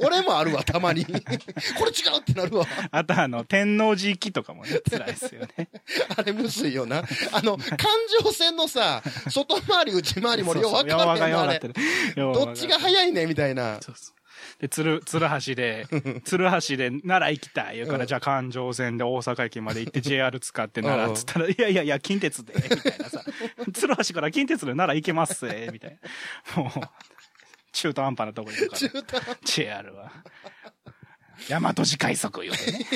俺もあるわ、たまに。 これ違うってなるわ。
あとあの、天王寺行きとかもね、辛いですよね。
あれむずいよな。あの、環状線のさ、外回り、内回りもよう分
そうそう
からへんの、あれ。
よう分か
ど
ん
っ
ない
ちが早いね、みたいな。
そうそう。で、鶴、鶴橋 で、鶴橋で奈良行きたい言うから、じゃあ環状線で大阪駅まで行って JR 使って奈良っつったら、いやいやいや、近鉄で、みたいな さ、鶴橋から近鉄で奈良行けますぜ、みたいな。もう、中途半端なとこ行くから、
中途
JR は。大和市快速 言うてね。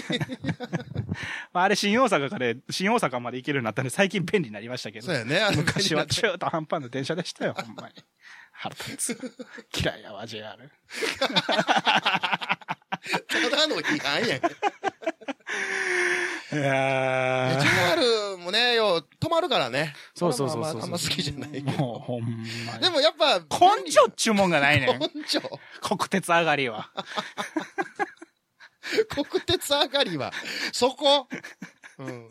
まああれ、新大阪から、新大阪まで行けるようになったんで、最近便利になりましたけど
そう。やね、あの
昔は中途半端な電車でした よ、ほんまに。腹立つ。嫌いやわ、JR。
ただの批判やん。
いや
JR もね、よう、止まるからね。
そうそうそうそう
俺もあんまあんま好きじゃないけど。
もうほんま
で
に。
もやっぱ、
根性っちゅうもんがないねん。
根性。
国鉄上がりは。
国鉄上がりは、そこ。うん。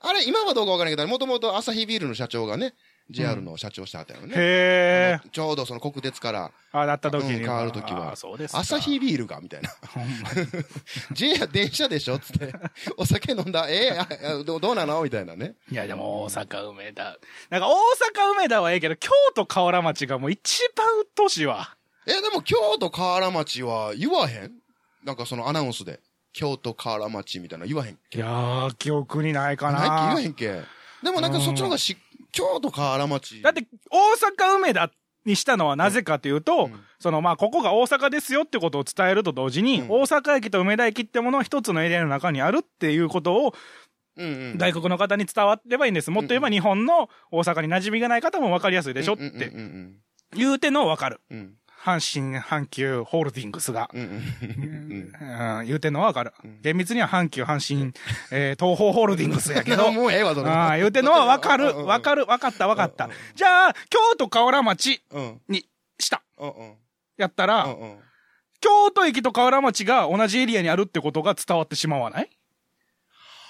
あれ、今はどうかわからないけど、もともとアサヒビールの社長がね、JR の社長してはったよね。
へえ。
ちょうどその国鉄から、
あ、なった時
うん
に。
変わる時は
あそうですか。
アサヒビールが、みたいな。
ほんま
JR 電車でしょつって。 お酒飲んだ。えーああどどうなのみたいなね。
いや、でも大阪梅田。なんか大阪梅田はええけど、京都河原町がもう一番うっとうしいわ。
え、でも京都河原町は言わへんなんかそのアナウンスで。京都河原町みたいなの言わへん。
いやー、記憶にないか
ない
な
っけ。言わへんけ。でもなんかそっちの方がし、京都河原町。
だって、大阪梅田にしたのはなぜかというと、
うん
その、まあ、ここが大阪ですよってことを伝えると同時に、
うん
大阪駅と梅田駅ってものは一つのエリアの中にあるっていうことを、
うんうん。
外国の方に伝わればいいんです。もっと言えば日本の大阪に馴染みがない方も分かりやすいでしょっ
うんうん
て
うんうん
言うての分かる。
うん。うん
阪神、阪急、ホールディングスが。
うんうん。
うん、言うてんのは分かる。厳密には阪急、阪神、えー東方ホールディングスやけど
うん。。もうええ わ、それ。
ああ、言うてんのは分かる。分か
る。
る。分かった、分かった。じゃあ、京都河原町
うん。
にした。
うんうん。
やった
う
ら、
んうん。
京都駅と河原町が同じエリアにあるってことが伝わってしまわない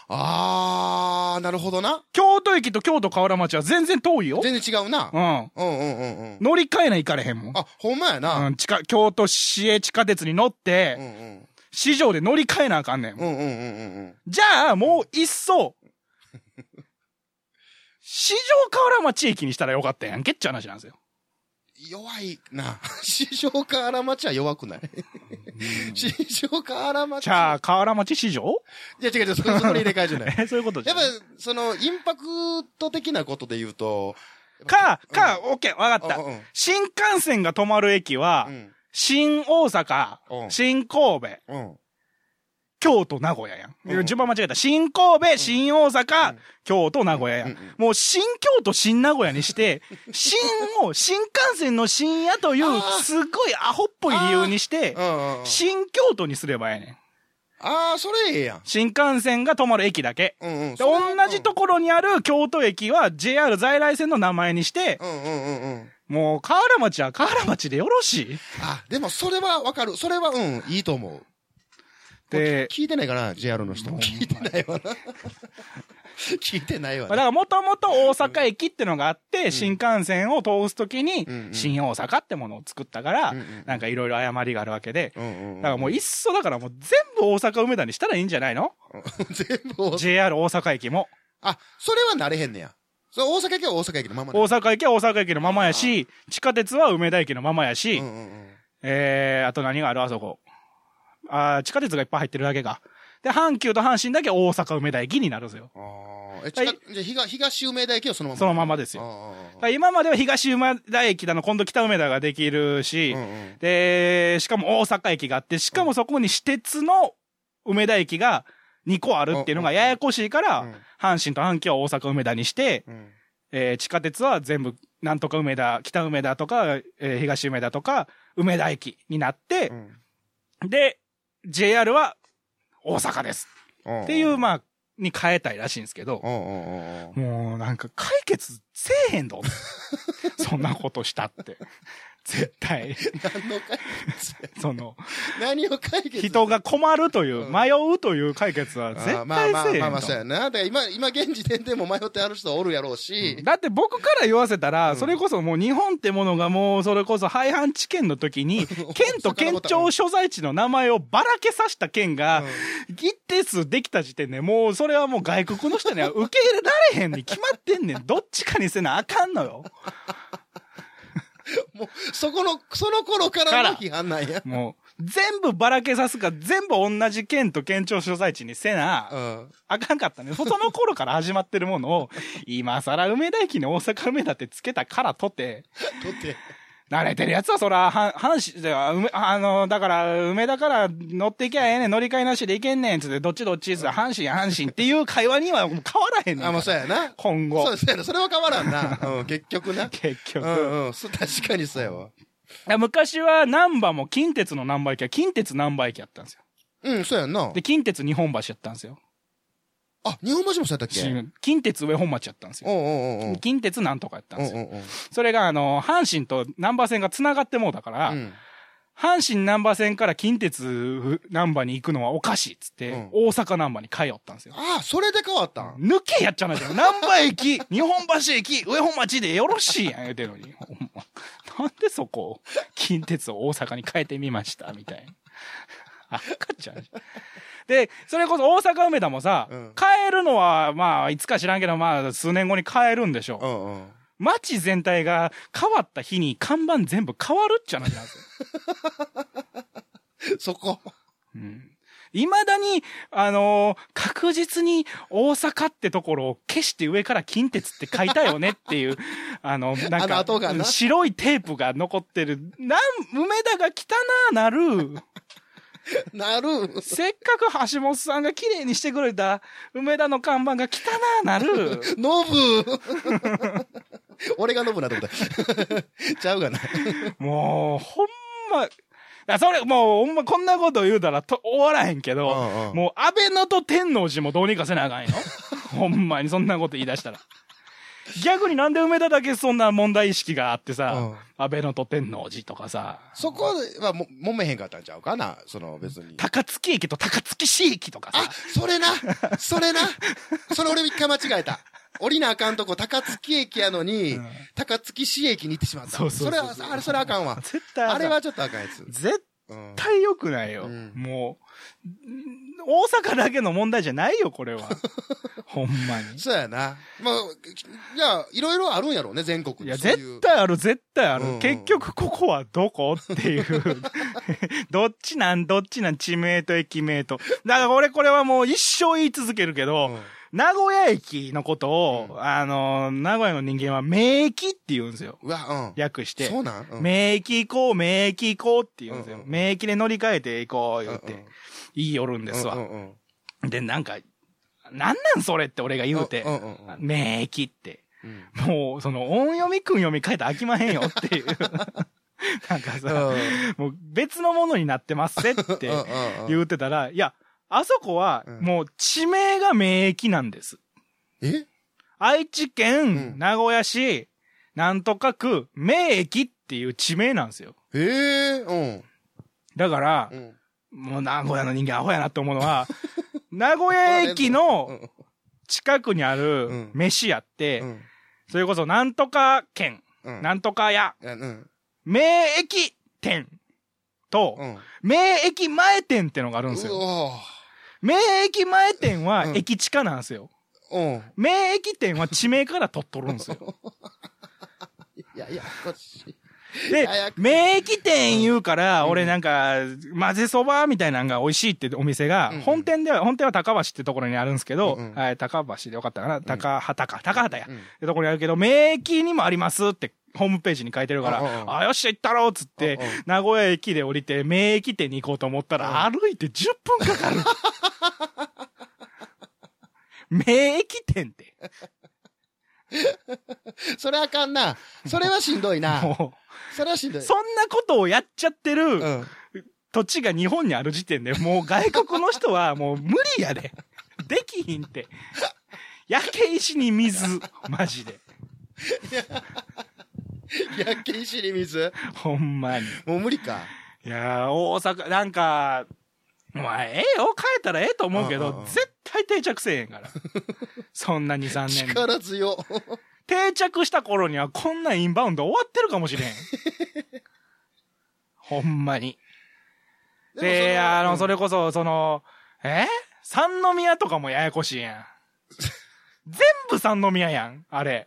あー、なるほどな。
京都駅と京都河原町は全然遠いよ。
全然違うな
う。ん。
うんうんうんうん。
乗り換えない行かれへんもん。
あ、ほんまやな。
うん、地下、京都市営地下鉄に乗っ
うんう
て、
ん。
市場で乗り換えなあかんねん。
うんうんうんうんうん。
じゃあ、もう一層、市場河原町駅にしたらよかったやんけっちゃ話なんですよ。
弱いな。 市場河原町は弱くない。市場河原町。
じゃあ、河原町市 場
いや違う違う、そこそこに入れ替えじゃない。
え、 そういうことじ
や
ゃ
っ
ん
ぱ、その、インパクト的なことで言うと、
か、か、オッケー、わかっ
う
た
んうん。
新幹線が止まる駅は
う、ん。
新大阪、
うん
新神戸、
うん。
京都、名古屋やん。
うん
順番間違えた。新神戸、新大阪、京都、名古屋やん。
うん
もう新京都、新名古屋にして、 新を新幹線の新やという
あー、
すっごいアホっぽい理由にして
う、んうんうん。
新京都にすればええねん。
ああ、それええやん。
新幹線が止まる駅だけ。
うんうん。
で同じところにある京都駅は JR 在来線の名前にして、
うんうんうんうん。
もう河原町は河原町でよろしい。
あ、でもそれはわかる。それは、うん、いいと思う。
で、
聞いてないかな、JR の人。聞いてない わな。聞いてないわ
まあだ
な。
からもともと大阪駅ってのがあって、新幹線を通すときに
うんう、ん
新大阪ってものを作ったから、
うんうん
なんかいろいろ誤りがあるわけで、
うんうんう
だ
ん
からもういっそだからもう全部大阪梅田にしたらいいんじゃないの
全部大阪
?JR 大阪駅も。
あ、それはなれへんねや。そう、大阪駅は大阪駅のままなん
大
や
阪駅は大阪駅のままやし、地下鉄は梅田駅のままやし、
うんうんうん。
えー、あと何があるあそこ。あー地下鉄がいっぱい入ってるだけか。で、阪急と阪神だけ大阪梅田駅になるんですよ。
ああ。え、近くじゃあ東、東梅田駅はそのまま
そのままですよ。だか
よ。
ら今までは東梅田駅だの、今度北梅田ができるし、
うんうん
で、しかも大阪駅があって、しかもそこに私鉄の梅田駅が2個あるっていうのがややこしいから、
うん
阪神と阪急は大阪梅田にして、
うん
えー地下鉄は全部、なんとか梅田、北梅田とか、えー東梅田とか、梅田駅になって
う、ん
で、JR は大阪です。
うん
っていう、まあ、に変えたいらしいんですけど、
うんうんうん うん
もうなんか解決せえへ んど。そんなことしたって。絶対、
何の解決
その、
何を解決
人が困るという、
うん
迷うという解決は絶対せえへん
あ
と
ーまあまあまあまあ、そうやな。だから今、今現時点でも迷ってある人はおるやろうし。
だって僕から言わせたら、
うん
それこそもう日本ってものがもうそれこそ廃藩置県の時 に、県と県庁所在地の名前をばらけさせた県が、一定数できた時点でもうそれはもう外国の人には受け入れられへんに決まってんね ん。どっちかにせなあかんのよ。
もう、そこの、その頃からの批判なんや。
もう、全部ばらけさすか、全部同じ県と県庁所在地にせ
う
な、
ん。
あかんかったね。その頃から始まってるもの を、今更梅田駅に大阪梅田ってつけたからとて、
とって。
慣れてるやつはそら、はん、阪神、じゃあ、梅、あの、だから、梅田から乗っていきゃええねん、乗り換えなしでいけんねん、つって、どっちどっち、つって、阪神や阪神っていう会話にはもう変わらへんねんから。
あ、まあそうやな。
今後
そうや。そうやな。それは変わらんな。うん、結局な。
結局。
うんうん。そう確かにそうやわ。
昔は、難波も近鉄の難波駅は、近鉄難波駅やったんですよ。
うん、そうやんな
で、。近鉄日本橋やったんですよ。
あ、日本橋もそうやったっけ
し近鉄上本町やったんです
おう
よ。
おうおうおう。
近鉄なんとかやったん
お
で
う
すよ。
おうおう
それが、あの、阪神と南波線が繋がってもうだから、
うん。
阪神南波線から近鉄南波に行くのはおかしいっつって、
うん
大阪南波に通ったんですよ。
ああ、それで変わったん
抜けやっちゃうなじゃん。南波 駅、日本橋駅、上本町でよろしいやん、言うてるのに。ほんまなんでそこを、近鉄を大阪に変えてみました、みたいな。赤ちゃん。で、それこそ大阪梅田もさ、
うん
変えるのは、まあ、いつか知らんけど、まあ、数年後に変えるんでしょう
う。んうん。
街全体が変わった日に看板全部変わるっちゃなじゃんですよ。
そこ。
うん。いまだに、あのー確実に大阪ってところを消して上から近鉄って書いたよねって いう、あの、な
あ
ん
の
か
跡がな、
白いテープが残ってる。なん、梅田が汚な る。
なる。
せっかく橋本さんが綺麗にしてくれた梅田の看板が汚なる。
ノブ俺がノブなと思った。 ちゃうがな。
もう、ほんま、だそれ、もう、ほんまこんなこと言うたらと終わらへんけど、
うんうん
もう、安倍のと天王寺もどうにかせなあかんよ。 ほんまに、そんなこと言い出したら。逆になんで梅田だけそんな問題意識があって
うん
さ、安倍のと天王寺とかさ、
そこはも、揉めへんかったんちゃうかなその別に。
高槻駅と高槻市駅とかさ
あ、、それな、それな、それ俺一回間違えた。降りなあかんとこ、高槻駅やのに、
うん
高槻市駅に行ってしまった。
そうそうそう
れは、あれ、それあかんわ。
絶対さ
あれはちょっとあかんやつ。
絶
うん。
対良くないよ。
うん
もう、大阪だけの問題じゃないよ、これ は。ほんまに。
そうやな。まあ、いや、いろいろあるんやろうね、全国に。
いや、
そうう
絶。対ある、絶対ある。
うんうん
結局、ここはどこっていう。 どっちなん、どっちなん、地名と駅名と。だから俺、これはもう一生言い続けるけど、名古屋駅のことを、あの、名古屋の人間は、名駅って言うんですよ。
うん。うわ、うん。
略して。
そうなんうん
名駅行こう、名駅行こうって言うんですよ。
うんうん
名駅で乗り換えて行こう、言っ
うんうん
て。言いよるんです
う
わ。
んうんうん
で、なんか、なんなんそれって俺が言うて
うん。うんうん
名駅って。
うん
もう、その、音読み、訓読み変えたら飽きまへんよって いう。なんか
うん
さ、もう別のものになってますってって
うんうんうん
言ってたら、いや、あそこは
うん、
もう地名が名駅なんです。
え
愛知
うん
県、名古屋市、なんとか区、名駅っていう地名なんですよ。
えー、うん。
だから、
うん
もう名古屋の人間アホやなって思うの は、名古屋駅の近くにあ
うん
る飯屋って、
うん。
それこそなんとか県、
うん。
なんとか屋、
うん。うん。
名駅店と、
うん。
名駅前店ってのがあるんです
う
よ。
わ
名駅前店は
うん
駅地下なんですよ。
うん。
名駅店は地名から取っとるんですよ。
いや、ややこしい。
で
やや、こ
名駅店言うから、俺なんか、混ぜそばみたいなのが美味しいってお店が
うん、
本店では、本店は高橋ってところにあるんですけど
うんうん、
はい高橋でよかったかな高畑か、高畑や。っ
うん
てところにあるけど、名駅にもありますって、ホームページに書いてるか
うんうん
ら、あ、よっしゃ行ったろうっつっ
う
て
んうん、
名古屋駅で降りて、名駅店に行こうと思ったら、歩いて10分かかる。名駅店って。
それあかんな。それはしんどいな。
も
それはしんど
う、
い。
そんなことをやっちゃってる、
うん。
土地が日本にある時点で、もう外国の人は もう無理やで。できひんって。焼け石に水。マジで。
やっけ石に水。
ほんまに。
もう無理か。
いやー、大阪、なんか、まあ、ええよ、変えたらええと思うけ
うんうんう
ど
ん、
絶対定着せえへん から。そんなに3年で。
力強。
定着した頃にはこんなインバウンド終わってるかも しれん。ほんまに。で、あの、そ
れ。
れこそ、その、え三宮とかもややこしいや ん。全部三宮やん、あれ。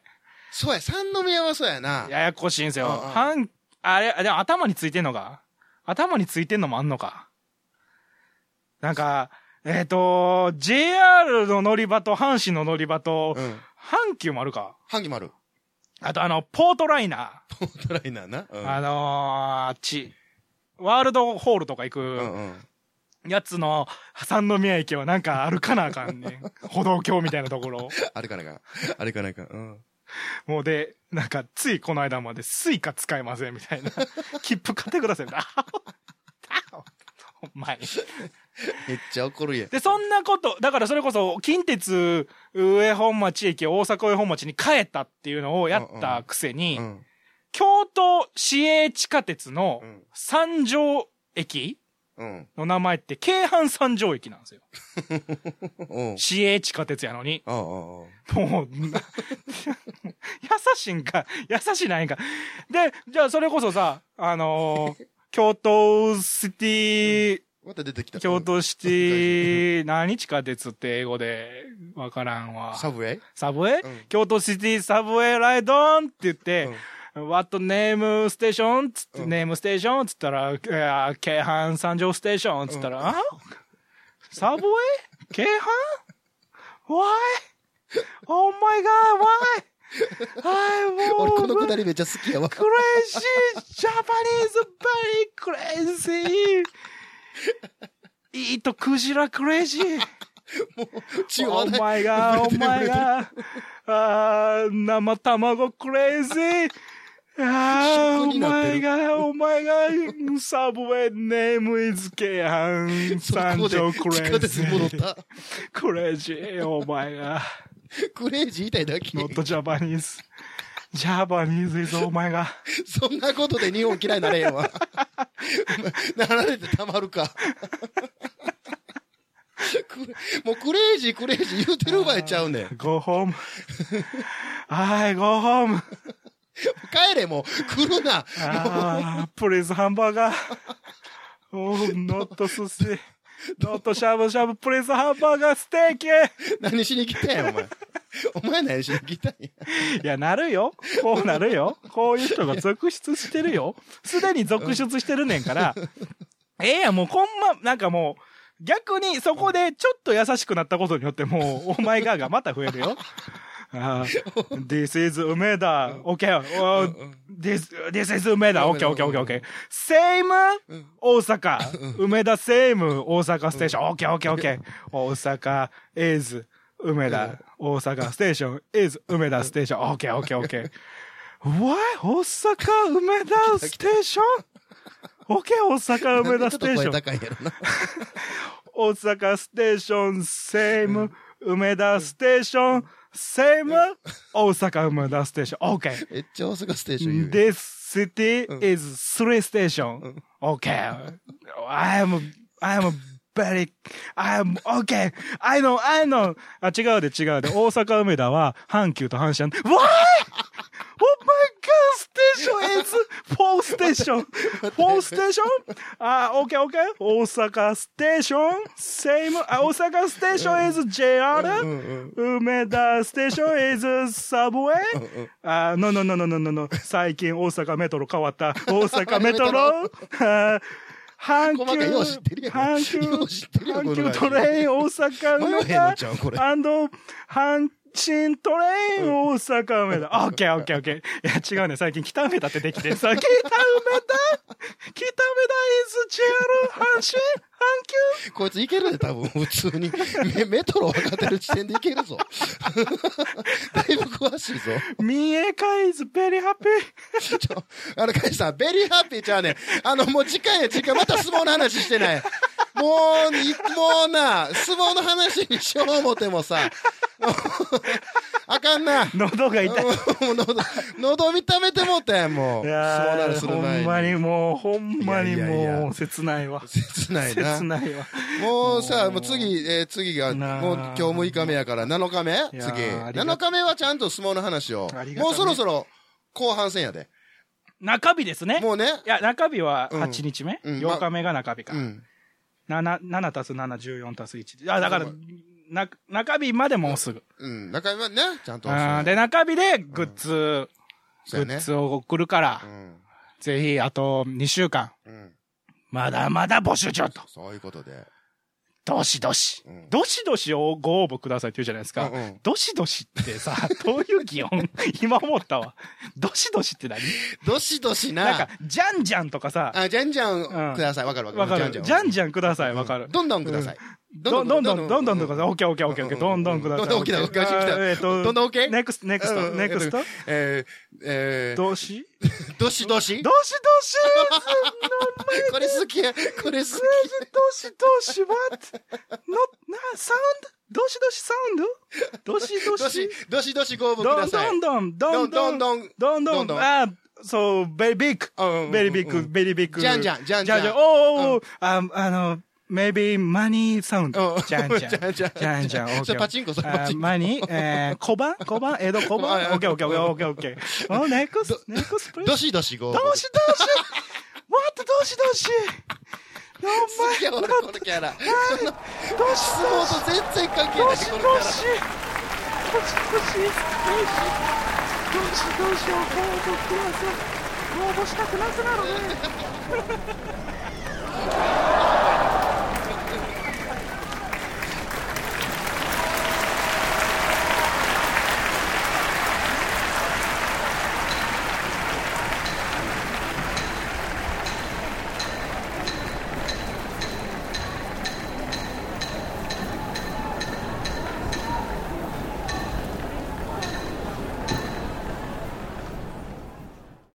そうや、三宮はそうやな。
ややこしいんすよ。
うんうん
はん、あれ、でも頭についてんのか頭についてんのもあんのかなんか、えっ、と、JR の乗り場と阪神の乗り場と、
うん。
阪急もあるか。
ハンギマル。
あとあの、ポートライナ
ポートライナーな。う
ー。
ん
あのー、あっち。ワールドホールとか行く。
うんうん。
やつの三宮駅はなんか歩かなあかん ねん。歩道橋みたいなところ。
あれかなか。あれかなか。うん。
もうで、なんかついこの間までスイカ使えませんみたいな。切符買ってくださいみたいな。あお前。
めっちゃ怒るやん。
で、そんなこと、だからそれこそ、近鉄上本町駅、大阪上本町に帰ったっていうのをやったくせに、
うん。
京都市営地下鉄の
うん
三条駅
うん。
の名前って、京阪三条駅なんですよ。
うん。
市営地下鉄やのに。
ああ、あ
もう、な 優しいんか、優しないんか。で、じゃあそれこそさ、あのー京都シティ、
また出てきた。
京都シティ、何地下鉄って英語でわからん
う
わ
ん。。サブウェイ
サブウェイ、
うん
京都シティサブウェイライドンって言って、What name station? つって、
うん
ネームステーションつったら、えー京阪三条ステーションつったら、あ サブウェイ京阪 ?Why?Oh my god, why? I
俺こ
will
のくだりめっちゃ好きやわ。
crazy Japanese very crazy! いいとクジラクレイジー
血を
お
洗い
前 が、お前が、あー生卵クレイジー。あ
食
ーお
になっ
前
てる
が、お前が、サブウェイネームイズケアン、
そこ
三条ク
で
レ
地下
イジ
鉄戻っ
ー。
た。
クレイジー、お前が、
クレイジー言いたいだけ
ノ。ットジャパニーズ。ジャパニーズイズお前が。
そんなことで日本嫌いになれへんわ。 なられてたまるか。 クレもうクレイジークレイジー言うてる場合ちゃうねん。
Go home. I go home.
帰れもう来るな。
あー、プ リーズハンバーガー。 おー、ノット寿司。ノットしゃぶしゃぶ、プリーズハンバーガーステーキい
何しに来たんや、お前。お前何しに来たんや。
や、なるよ。こうなるよ。こういう人が続出してるよ。すでに続出してるねんから。ええやん、もうこんま、なんかもう、逆にそこでちょっと優しくなったことによってもう、お前ががまた増えるよ。あー This is 梅田 Okay. Oh, this, this is 梅田 Okay, okay, okay, okay. Same 大阪。梅田 Same 大阪ステーション。Okay, okay, okay. 大阪 is 梅田。大阪ステーション is 梅田ステーション。Okay, okay, okay. Why? 大阪梅田ステーション ?Okay, 大阪梅田
ちょ
ステ
っと
ーシ
声
ョン。
高いんやろな。
大阪ステーション、セーム、梅田ステーション、セーム、大阪梅田ステーション。OK。
めっちゃ大阪ステーション言うよ。
This city is three station. Okay. I am, I am very, I am, okay. I know, I know. あ、違うで違うで。大阪梅田は阪急と阪神。Why? Oh my god, station is four station. Four station? あ、okay, okay. 大阪 station, same. あ、大阪 station is JR. 梅田 station is subway. あー、no, no, no, no, no, no, no. 最近大阪メトロ変わった。大阪メト ロ。あー阪急、
細かいよう知ってるやん
阪急、
よう知ってるやん
阪
この
急
話
トレイン大阪
迷えへんのちゃうこ
梅
れ
田、アンド、阪神トレイン大阪梅田。オッケーオッケーオッケー。いや違うね、最近北梅田ってできて さ、北梅田北梅田 is JR 阪神阪急
こいついけるで、多分、普通に。メメトロ分かってる時点でいけるぞ。 だいぶ詳しいぞ。
三重会 is very happy.
ちょ、あの、カイさん、ベリーハッピーちゃうねん。あの、もう時間や時間、また相撲の話してない。もう、いもうな、相撲の話にしよう思てもさ、もうあかんな。も
喉が痛い。
う喉、喉見ためてもうたやん、もう。
い
相撲
や
の話
ー
する
ほ
前
んまにもう、ほんまに
いやいやい
も
や
う、切ないわ。
切ないな。
切ないわ。
もうさ、もう次、えー次が、
なあ
もう今日6日目やから、7日目次。
やーありが
7日目はちゃんと相撲の話を。
ありがたね
もうそろそろ後半戦やで。
中日ですね。
もうね。
いや、中日は
うん
8日目、
うん
?8 日目が中日か。
うん。
7、7たす7、14たす1。あ、だから
そう、
な、中日までもうすぐ。
うん。中身はね、ちゃんと。
あーで、中日でグッズ、
そうや
グ
ね
ッズを送るから、
うん。
ぜひ、あと2週間、
うん。
まだまだ募集中と。
そういうことで。
どしどし。
うん
どしどしをご応募くださいって言うじゃないですか。
うんうん
どしどしってさ、どういう擬音今思ったわ。どしどしって何
どしどしな。
なんか、じゃんじゃんとかさ、
あ、じゃんじゃ
うん
んください。わかるわか
わ
る。
かる。じゃんじゃんください、わかる。
どんどんください。
どんどんどんどんどんどんください。
う
オッケーオッケーオッケーオッケー。どんどんください。
どんどん来た
オッケー
来た来た
あーえっと、
どんどん OK？
ネクスト、ネクスト、
うん
ネクスト。
えー、えー、
どし
どしど
どし
し
どし
これ好きや。これ好き。
どしどし what? not, な、サウンドどしどしサウンドどしど
どし
し。、
どしどしご応募く
ど
だ
ん
さ
ど
い
ん。どん、どんどん、
どん
ど
どん
んどん
どんどん
あー、そう、ベリビッ
うんうんうん
グ、
うん
ベリビッグ、ベリビッグ。
じゃんじゃんじゃんじゃん
じゃん。おーおーおー、ああの、maybe money sound.
うん
じゃんじゃん。
じゃんじゃん
じゃんじゃん。
それパチンコそれパチンコ
マニえー、小判小判江戸小
小判
判オッケーオッケーオッケーオッケーオッケー。お、ネクス
ど
ト、ネクスト、
どしどしご応募。
どうしどうしもっとどうしどうしど
好きや
う
俺
も
このキャラ。この
どうし
相撲と全然関係
ど
な
う
い
しどうしどうしどうしどうしどうしどうしどうしどう
このキャラ。
しどうしよう応募したくなくなるね